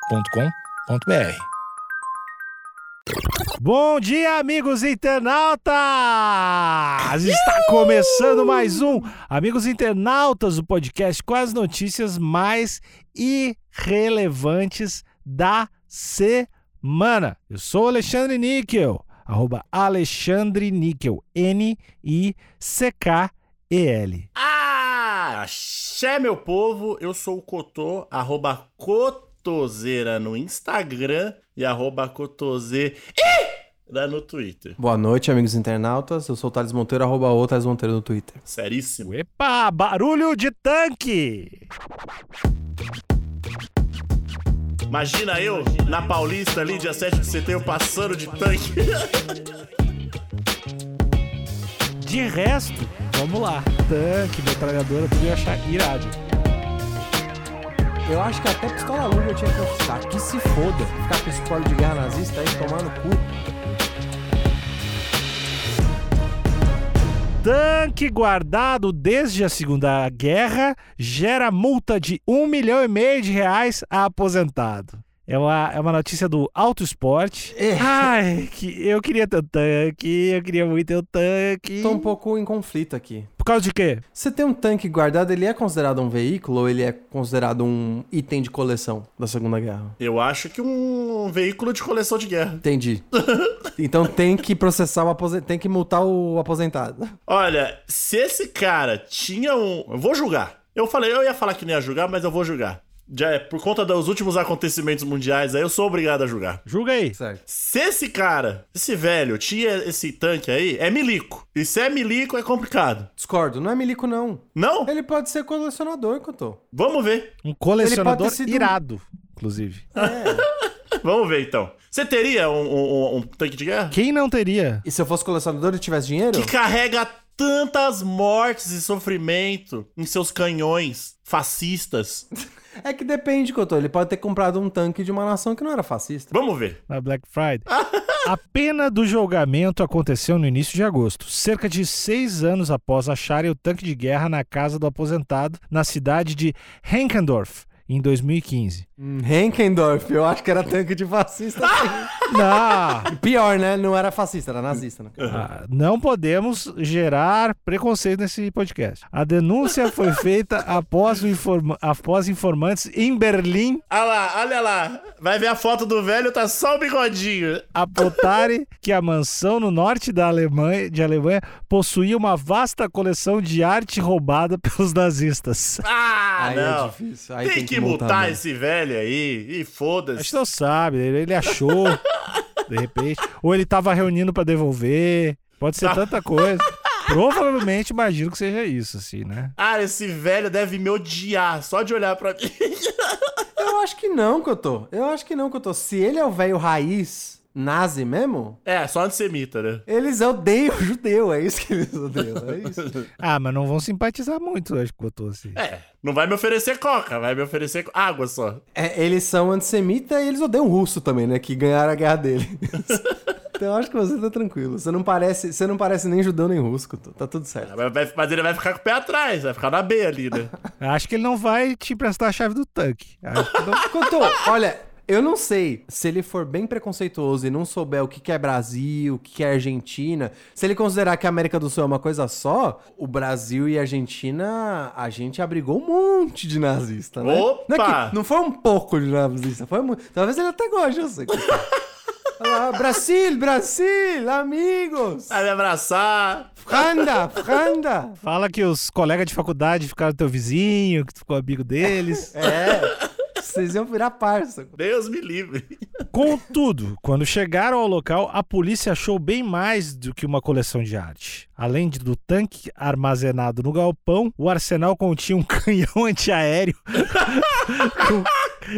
agenciadepodcast.com.br. Bom dia, amigos internautas! Está começando mais um Amigos Internautas, o podcast com as notícias mais irrelevantes da semana. Eu sou Alexandre Níquel, arroba Alexandre Níquel, N-I-C-K-E-L. Ah, Axé, meu povo! Eu sou o Cotô, arroba Cotoseira no Instagram e arroba Cotoseira no Twitter. Boa noite, amigos internautas. Eu sou o Thales Monteiro, arroba o Thales Monteiro no Twitter. Seríssimo. Epa, barulho de tanque! Imagina eu na Paulista ali, dia 7 de setembro, passando de tanque. De resto, vamos lá. Tanque, metralhadora, tudo eu ia achar irado. Eu acho que até pistola longa eu tinha que conquistar. Que se foda. Ficar com esse corpo de guerra nazista aí, tomar no cu. Tanque guardado desde a Segunda Guerra gera multa de um milhão e meio de reais a aposentado. É uma, é uma notícia do Auto Esporte. É. Ai, que eu queria ter o tanque, eu queria muito ter o tanque. Tô um pouco em conflito aqui. Por causa de quê? Você tem um tanque guardado, ele é considerado um veículo ou ele é considerado um item de coleção da Segunda Guerra? Eu acho que um veículo de coleção de guerra. Entendi. Então tem que processar o aposentado, tem que multar o aposentado. Olha, se esse cara tinha um. Eu vou julgar. Eu falei, eu ia falar que não ia julgar, mas eu vou julgar. Já é, por conta dos últimos acontecimentos mundiais, aí eu sou obrigado a julgar. Julga aí. Certo. Se esse cara, esse velho, tinha esse tanque aí, é milico. E se é milico, é complicado. Discordo, não é milico não. Não? Ele pode ser colecionador, Cotô. Vamos ver. Um colecionador sido um- irado, inclusive. Vamos ver então. Você teria um, um- um- um tanque de guerra? Quem não teria? E se eu fosse colecionador e tivesse dinheiro? Que carrega tantas mortes e sofrimento em seus canhões fascistas. É que depende, Cotô. Ele pode ter comprado um tanque de uma nação que não era fascista. Vamos ver. na Black Friday. A pena do julgamento aconteceu no início de agosto, cerca de seis anos após acharem o tanque de guerra na casa do aposentado, na cidade de Henkendorf, em 2015. Hm, Henkendorf, eu acho que era tanque de fascista. sim. Não, E Pior, né? Não era fascista, era nazista, né? ah, não podemos gerar preconceito nesse podcast. A denúncia foi feita após, o informa- após informantes em Berlim Olha Ah lá, olha lá. Vai ver a foto do velho, tá só o bigodinho. apontarem que a mansão no norte da Alemanha, de Alemanha possuía uma vasta coleção de arte roubada pelos nazistas. Ah, Aí é não. difícil. Aí tem, que, multar, esse velho aí. E A gente foda-se. não sabe, ele ele achou, de repente. Ou ele tava reunindo pra devolver. Pode ser tanta coisa. Provavelmente imagino que seja isso, assim, né? Ah, esse velho deve me odiar só de olhar pra mim. Eu acho que não, Cotô. Eu acho que não, Cotô. Se ele é o velho raiz nazi mesmo, É, só antissemita, né? eles odeiam o judeu. É isso que eles odeiam. É isso. Ah, mas não vão simpatizar muito, acho que eu tô assim. É, não vai me oferecer coca, vai me oferecer co- água só. É, eles são antissemitas e eles odeiam o russo também, né? Que ganharam a guerra dele. então eu acho que você tá tranquilo. Você não parece, você não parece nem judeu nem russo, Cotô. Tá tudo certo. Mas, vai- mas ele vai ficar com o pé atrás, vai ficar na B ali, né? Acho que ele não vai te emprestar a chave do tanque. Acho que não- Cotô, olha, eu não sei se ele for bem preconceituoso e não souber o que que é Brasil, o que que é Argentina, se ele considerar que a América do Sul é uma coisa só, o Brasil e a Argentina, a gente abrigou um monte de nazista, né? Opa! Não, é que- não foi um pouco de nazista, foi muito. Talvez ele até goste, eu sei. Olha lá, Brasil, Brasil, amigos! Vai me abraçar. Franda, franda! Fala que os colegas de faculdade ficaram teu vizinho, que tu ficou amigo deles. É, vocês iam virar parça. Deus me livre. Contudo, quando chegaram ao local, a polícia achou bem mais do que uma coleção de arte. Além de- do tanque armazenado no galpão, o arsenal continha um canhão antiaéreo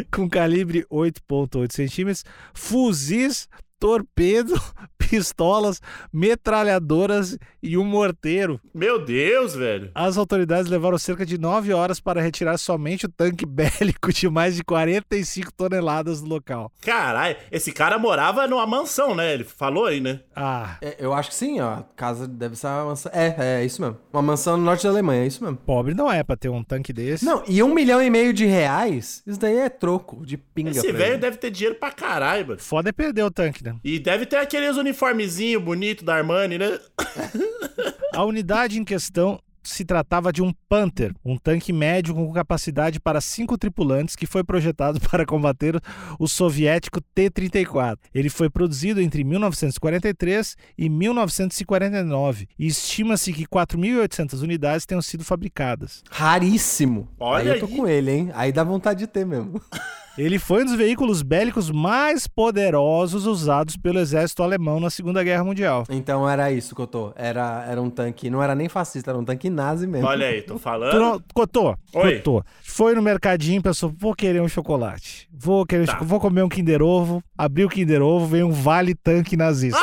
com, com calibre 8.8 centímetros, fuzis, torpedo, pistolas, metralhadoras e um morteiro. Meu Deus, velho. As autoridades levaram cerca de nove horas para retirar somente o tanque bélico de mais de 45 toneladas do local. Caralho, esse cara morava numa mansão, né? Ele falou aí, né? Ah, É, eu acho que sim, ó. A casa deve ser uma mansão. É, é isso mesmo. Uma mansão no norte da Alemanha, é isso mesmo. pobre não é pra ter um tanque desse. Não, e um milhão e meio de reais, isso daí é troco de pinga. Esse pra velho ele. deve ter dinheiro pra caralho, mano. Foda é perder o tanque, né? E deve ter aqueles uniformezinho bonito da Armani, né? A unidade em questão se tratava de um Panther, um tanque médio com capacidade para cinco tripulantes que foi projetado para combater o soviético T-34. Ele foi produzido entre 1943 e 1949 e estima-se que 4.800 unidades tenham sido fabricadas. Raríssimo. Olha aí eu tô aí. com ele, hein? Aí dá vontade de ter mesmo. Ele foi um dos veículos bélicos mais poderosos usados pelo exército alemão na Segunda Guerra Mundial. Então era isso que eu tô. Era, era um tanque, não era nem fascista, era um tanque nazi mesmo. Olha aí, tô Tu falando. não- Cotô, Oi. Cotô, foi no mercadinho, pensou, vou querer um chocolate, vou querer, um Tá. choco- vou comer um Kinder Ovo, abri o Kinder Ovo, veio um Vale Tanque nazista.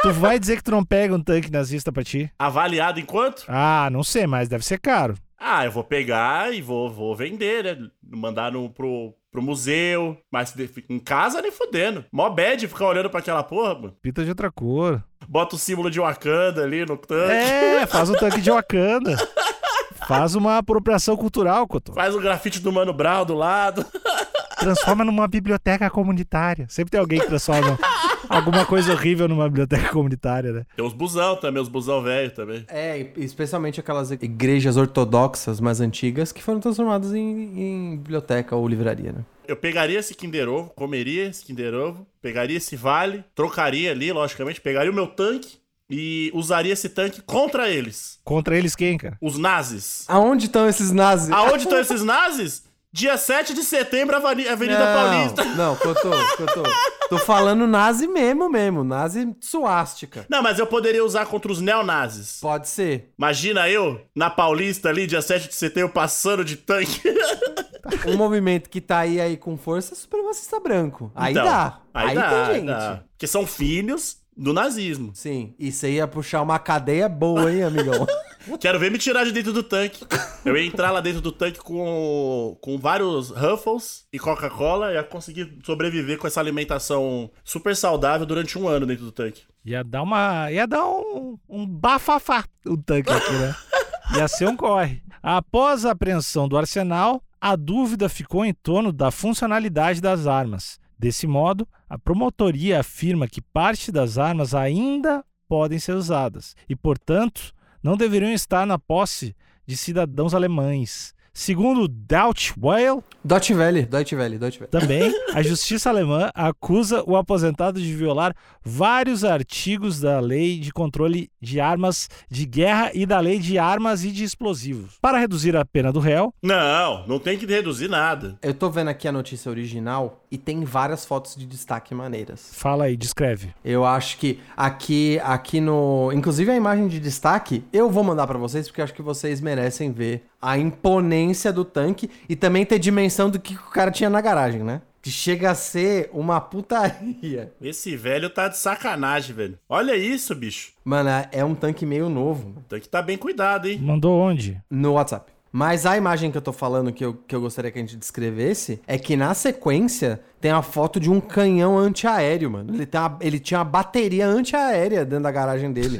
tu vai dizer que tu não pega um tanque nazista pra ti? Avaliado em quanto? Ah, não sei, mas deve ser caro. Ah, eu vou pegar e vou, vou vender, né? Mandar no, pro, pro museu. Mas de- em casa nem fudendo. Mó bad ficar olhando pra aquela porra, mano. Pita de outra cor. Bota o símbolo de Wakanda ali no tanque. É, faz um tanque de Wakanda. Faz uma apropriação cultural, Cotô. Faz o grafite do Mano Brown do lado. transforma numa biblioteca comunitária. Sempre tem alguém que transforma alguma coisa horrível numa biblioteca comunitária, né? Tem os busão também, os busão velho também. É, e- especialmente aquelas igrejas ortodoxas mais antigas que foram transformadas em, em biblioteca ou livraria, né? Eu pegaria esse Kinder Ovo, comeria esse Kinder Ovo, pegaria esse vale, trocaria ali, logicamente, pegaria o meu tanque e usaria esse tanque contra eles, Contra eles quem, cara? os nazis. Aonde estão esses nazis? Ah, Aonde estão esses nazis? Dia 7 de setembro, Avani- Avenida Paulista. Não, Cotô, Cotô. Tô falando nazi mesmo, mesmo. Nazi suástica. Não, mas eu poderia usar contra os neonazis. Pode ser. Imagina eu, na Paulista ali, dia 7 de setembro, passando de tanque. Um movimento que tá aí, aí com força é supremacista branco. Aí Então, dá. Aí, dá, tem gente. dá. Porque são filhos do nazismo. Sim, isso aí ia puxar uma cadeia boa, hein, amigão? Quero ver me tirar de dentro do tanque. Eu ia entrar lá dentro do tanque com, com vários Ruffles e Coca-Cola e ia conseguir sobreviver com essa alimentação super saudável durante um ano dentro do tanque. Ia dar uma. ia dar um, um bafafá o tanque aqui, né? Ia ser um corre. Após a apreensão do arsenal, a dúvida ficou em torno da funcionalidade das armas. Desse modo, a promotoria afirma que parte das armas ainda podem ser usadas e, portanto, não deveriam estar na posse de cidadãos alemães. Segundo Douchtwell, Dot Velho, Dot Velho, Dot Velho. Também, a justiça alemã acusa o aposentado de violar vários artigos da lei de controle de armas de guerra e da lei de armas e de explosivos. Para reduzir a pena do réu, Não, não tem que reduzir nada. Eu tô vendo aqui a notícia original e tem várias fotos de destaque maneiras. fala aí, descreve. Eu acho que aqui, aqui no. Inclusive a imagem de destaque, eu vou mandar pra vocês, porque eu acho que vocês merecem ver a imponência do tanque e também ter dimensão do que o cara tinha na garagem, né? Que chega a ser uma putaria. Esse velho tá de sacanagem, velho. Olha isso, bicho. Mano, é um tanque meio novo. O tanque tá bem cuidado, hein? Mandou onde? no WhatsApp. Mas a imagem que eu tô falando, que eu, que eu gostaria que a gente descrevesse, é que na sequência tem a foto de um canhão antiaéreo, mano. Ele, tem uma- ele tinha uma bateria antiaérea dentro da garagem dele.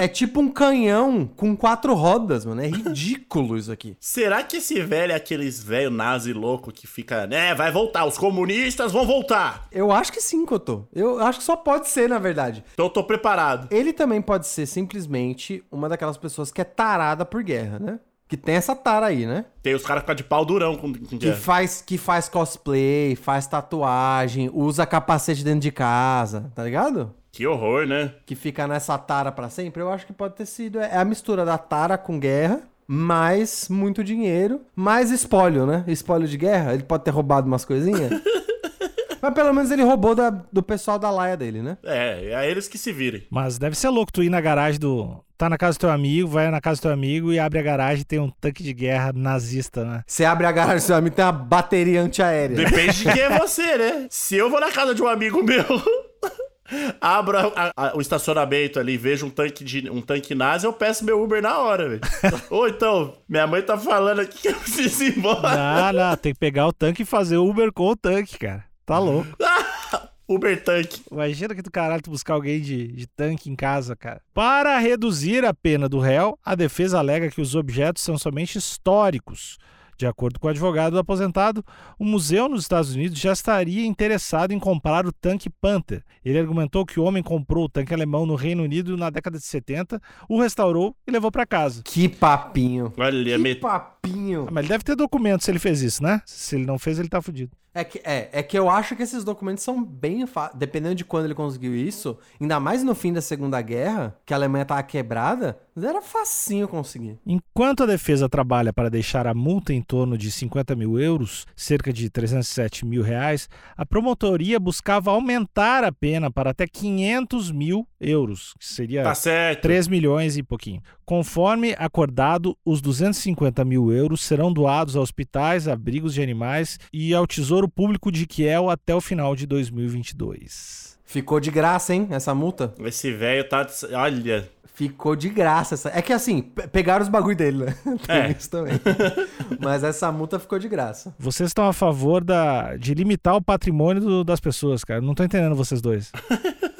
é tipo um canhão com quatro rodas, mano. É ridículo isso aqui. Será que esse velho é aqueles velho nazi louco que fica, né, vai voltar, os comunistas vão voltar. Eu acho que sim, Cotô. Eu acho que só pode ser, na verdade. Então eu tô preparado. Ele também pode ser simplesmente uma daquelas pessoas que é tarada por guerra, né? Que tem essa tara aí, né? Tem os caras que ficam de pau durão com, com Que, faz, que faz cosplay, faz tatuagem, usa capacete dentro de casa, tá ligado? que horror, né? Que fica nessa tara pra sempre. Eu acho que pode ter sido. É a mistura da tara com guerra, mais muito dinheiro, mais espólio, né? Espólio de guerra. Ele pode ter roubado umas coisinhas. Mas pelo menos ele roubou da- do pessoal da laia dele, né? É, é eles que se virem. Mas deve ser louco tu ir na garagem do. Tá na casa do teu amigo, vai na casa do teu amigo e abre a garagem e tem um tanque de guerra nazista, né? Você abre a garagem do seu amigo, tem uma bateria é antiaérea. Depende de quem é você, né? Se eu vou na casa de um amigo meu Abra a- a- o estacionamento ali, vejo um tanque de um tanque nazi, eu peço meu Uber na hora, velho. Ou então, minha mãe tá falando aqui que eu preciso ir embora. Não, não, tem que pegar o tanque e fazer Uber com o tanque, cara. Tá louco. Uber tanque. Imagina que do caralho tu buscar alguém de, de tanque em casa, cara. Para reduzir a pena do réu, a defesa alega que os objetos são somente históricos. De acordo com o advogado do aposentado, o museu nos Estados Unidos já estaria interessado em comprar o tanque Panther. Ele argumentou que o homem comprou o tanque alemão no Reino Unido na década de 70, o restaurou e levou para casa. Que papinho. Olha, Que me... tá papinho. Ah, Mas ele deve ter documento se ele fez isso, né? Se ele não fez, ele tá fudido. É que, é, é que eu acho que esses documentos são bem. fa- Dependendo de quando ele conseguiu isso, ainda mais no fim da Segunda Guerra, que a Alemanha tava quebrada, era facinho conseguir. Enquanto a defesa trabalha para deixar a multa em torno de 50 mil euros, cerca de 307 mil reais, a promotoria buscava aumentar a pena para até 500 mil euros, que seria Tá certo. 3 milhões e pouquinho. Conforme acordado, os 250 mil euros serão doados a hospitais, abrigos de animais e ao Tesouro Público de Kiel até o final de 2022. Ficou de graça, hein, essa multa? Esse velho tá. Olha. Ficou de graça. Essa... É que assim, pe- pegaram os bagulho dele, né? Tem É. isso também. Mas essa multa ficou de graça. Vocês estão a favor da, de limitar o patrimônio do- das pessoas, cara. Não tô entendendo vocês dois.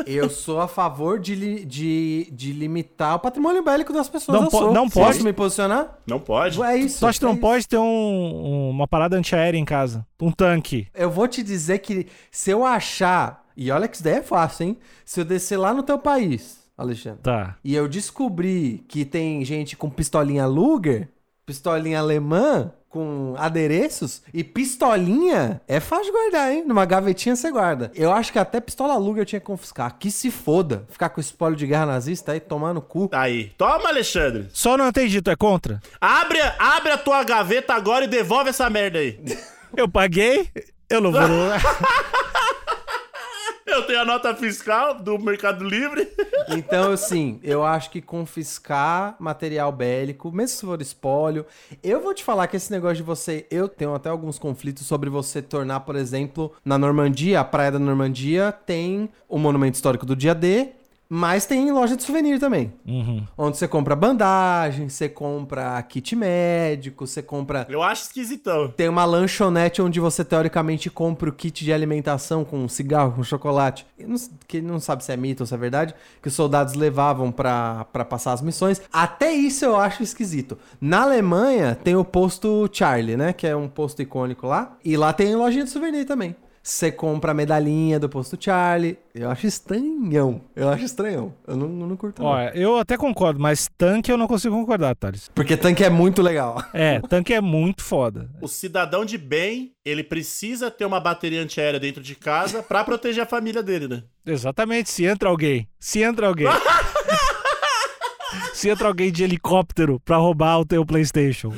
Eu sou a favor de, li- de, de limitar o patrimônio bélico das pessoas. Não eu po- sou. não Posso pode. me posicionar? Não pode. É isso. Tu acha que é não isso. pode ter um- uma parada antiaérea em casa? Um tanque. Eu vou te dizer que se eu achar. E olha que isso daí é fácil, hein? Se eu descer lá no teu país, Alexandre, Tá. e eu descobrir que tem gente com pistolinha Luger, pistolinha alemã, com adereços, e pistolinha é fácil de guardar, hein? Numa gavetinha você guarda. Eu acho que até pistola Luger eu tinha que confiscar. Que se foda. Ficar com espólio de guerra nazista aí, tomar no cu. Aí. Toma, Alexandre. Só não entendi, tu é contra? Abre, abre a tua gaveta agora e devolve essa merda aí. Eu paguei, eu não vou. Eu tenho a nota fiscal do Mercado Livre. Então, assim, eu acho que confiscar material bélico, mesmo se for espólio. Eu vou te falar que esse negócio de você. Eu tenho até alguns conflitos sobre você tornar, por exemplo, na Normandia, a Praia da Normandia tem o Monumento Histórico do Dia D, mas tem loja de souvenir também. Uhum. Onde você compra bandagem, você compra kit médico, você compra. Eu acho esquisitão. Tem uma lanchonete onde você teoricamente compra o kit de alimentação com um cigarro, com chocolate. Eu não s- que não sabe se é mito ou se é verdade, que os soldados levavam pra pra passar as missões. Até isso eu acho esquisito. Na Alemanha tem o posto Charlie, né? Que é um posto icônico lá. E lá tem lojinha de souvenir também. Você compra a medalhinha do posto Charlie. Eu acho estranhão. Eu acho estranhão. Eu não, eu não curto. não. Olha, eu até concordo, mas tanque eu não consigo concordar, Thales. Porque tanque é muito legal. É, tanque é muito foda. O cidadão de bem, ele precisa ter uma bateria antiaérea dentro de casa pra proteger a família dele, né? Exatamente, se entra alguém. Se entra alguém. se entra alguém de helicóptero pra roubar o teu PlayStation.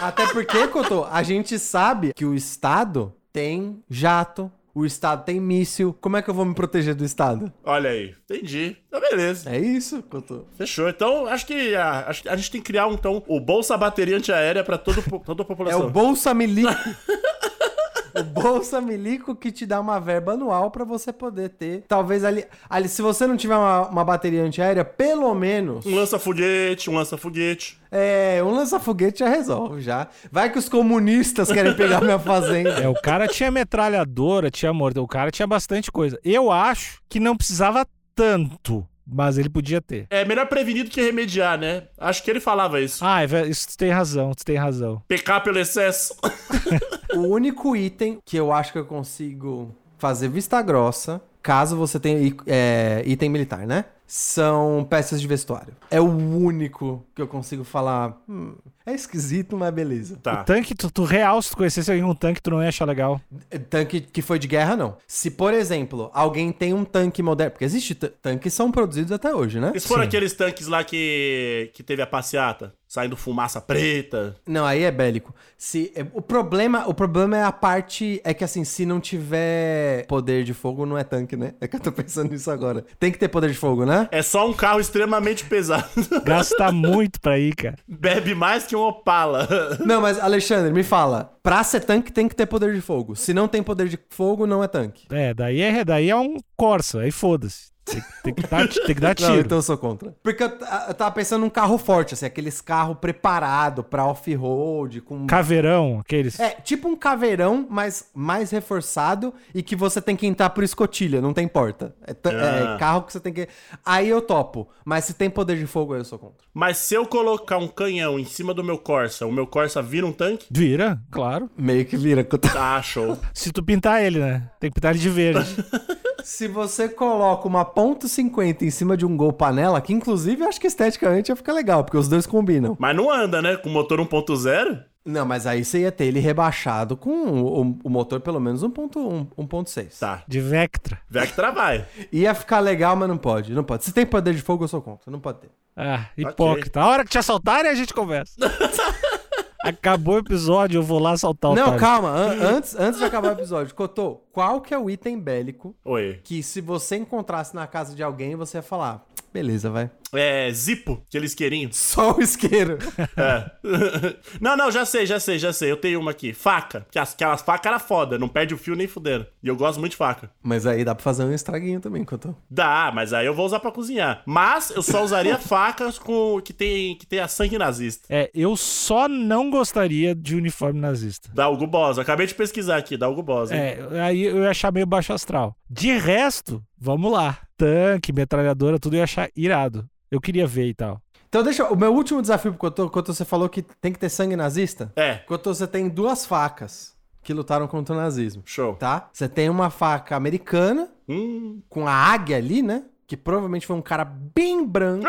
Até porque, Couto, a gente sabe que o Estado tem jato, o Estado tem míssil. Como é que eu vou me proteger do Estado? Olha aí. Entendi. Então, beleza. É isso, Couto. Fechou. Então, acho que a, acho que a gente tem que criar, então, o Bolsa Bateria Antiaérea pra todo, po- toda a É população. o Bolsa Milico. o Bolsa Milico que te dá uma verba anual pra você poder ter. Talvez ali. ali se você não tiver uma, uma bateria antiaérea, pelo menos. Um lança-foguete, um lança-foguete. É, um lança-foguete já resolve já. Vai que os comunistas querem pegar minha fazenda. É, o cara tinha metralhadora, tinha morto. O cara tinha bastante coisa. Eu acho que não precisava tanto, mas ele podia ter. É melhor prevenir do que remediar, né? Acho que ele falava isso. Ah, é ver- isso tu tem razão, tu tem razão. Pecar pelo excesso. O único item que eu acho que eu consigo fazer vista grossa, caso você tenha i- é, item militar, né? São peças de vestuário. É o único que eu consigo falar. "Hum, é esquisito, mas beleza. Tá. Tanque, tu, tu real, se tu conhecesse alguém com um tanque, tu não ia achar legal. É, Tanque que foi de guerra, não. Se, por exemplo, alguém tem um tanque moderno. Porque existe. tan- Tanques são produzidos até hoje, né? Esses foram Sim. aqueles tanques lá que, que teve a passeata. saindo fumaça preta. Não, aí é bélico. Se é, o problema, o problema é a parte é que assim, se não tiver poder de fogo, não é tanque, né? É que eu tô pensando nisso agora. Tem que ter poder de fogo, né? É só um carro extremamente pesado. Gasta muito pra ir, cara. Bebe mais que um Opala. Não, mas Alexandre, me fala. Pra ser tanque tem que ter poder de fogo. Se não tem poder de fogo, não é tanque. É, daí é, daí é um Corsa, aí foda-se. Tem, que- tem que dar, tem que dar Não, tiro. então eu sou contra. Porque eu, t- eu tava pensando num carro forte, assim, aqueles carros preparado pra off-road, com Caveirão, aqueles. É, tipo um caveirão, mas mais reforçado e que você tem que entrar por escotilha, não tem porta. É, ta- Ah. é carro que você tem que. Aí eu topo, mas se tem poder de fogo, aí eu sou contra. Mas se eu colocar um canhão em cima do meu Corsa, o meu Corsa vira um tanque? Vira, claro. Meio que vira. Ah, show. Se tu pintar ele, né? Tem que pintar ele de verde. Se você coloca uma ponto .50 em cima de um gol panela, que inclusive eu acho que esteticamente ia ficar legal, porque os dois combinam. Mas não anda, né? Com motor 1.0? Não, mas aí você ia ter ele rebaixado com o, o- o motor pelo menos 1.1, 1.6. Tá. De Vectra. Vectra vai. Ia ficar legal, mas não pode. Não pode. Se tem poder de fogo, eu sou contra. Não pode ter. Ah, hipócrita. A hora que te assaltarem, a gente conversa. Acabou o episódio, eu vou lá assaltar o Não, Otávio. calma. an- antes, antes de acabar o episódio, Cotô, qual que é o item bélico Oi. que se você encontrasse na casa de alguém, você ia falar, "Ah, beleza, vai. É, Zipo, aquele isqueirinho. Só o isqueiro. É. não, não, já sei, já sei, já sei. Eu tenho uma aqui. Faca. Que as, que as facas era foda, não perde o fio nem fudendo. E eu gosto muito de faca. Mas aí dá pra fazer um estraguinho também, Cotô. Dá, mas aí eu vou usar pra cozinhar. Mas eu só usaria facas com que tem que tem a sangue nazista. É, eu só não gostaria de uniforme nazista. Da Hugo Boss. Acabei de pesquisar aqui, da Hugo Boss. hein? É, aí eu ia achar meio baixo astral. De resto, vamos lá. Tanque, metralhadora, tudo eu ia achar irado. Eu queria ver e tal. Então deixa, o meu último desafio pro Cotô, Cotô, você falou que tem que ter sangue nazista. É. Cotô, você tem duas facas que lutaram contra o nazismo, Show. tá? Você tem uma faca americana, Hum, com a águia ali, né? Que provavelmente foi um cara bem branco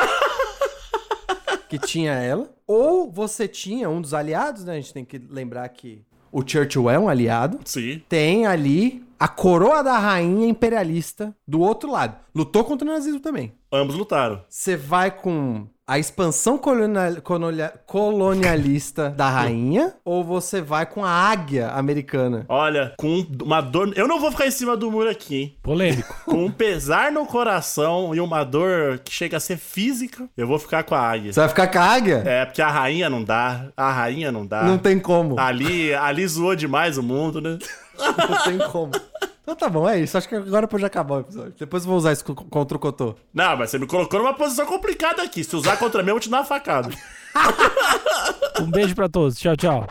que tinha ela. Ou você tinha um dos aliados, né? A gente tem que lembrar que o Churchill é um aliado. sim. Tem ali a coroa da rainha imperialista do outro lado. Lutou contra o nazismo também. Ambos lutaram. Você vai com a expansão colonial- colonia- colonialista da rainha ou você vai com a águia americana? Olha, com uma dor. Eu não vou ficar em cima do muro aqui, hein? Polêmico. Com um pesar no coração e uma dor que chega a ser física, eu vou ficar com a águia. Você vai ficar com a águia? É, porque a rainha não dá. A rainha não dá. Não tem como. Ali, ali zoou demais o mundo, né? Ah, Não tem como. Então tá bom, é isso. Acho que agora pode acabar o episódio. Depois eu vou usar isso co- contra o Cotô. Não, mas você me colocou numa posição complicada aqui. Se usar contra mim, eu vou te dar uma facada. Um beijo pra todos. Tchau, tchau.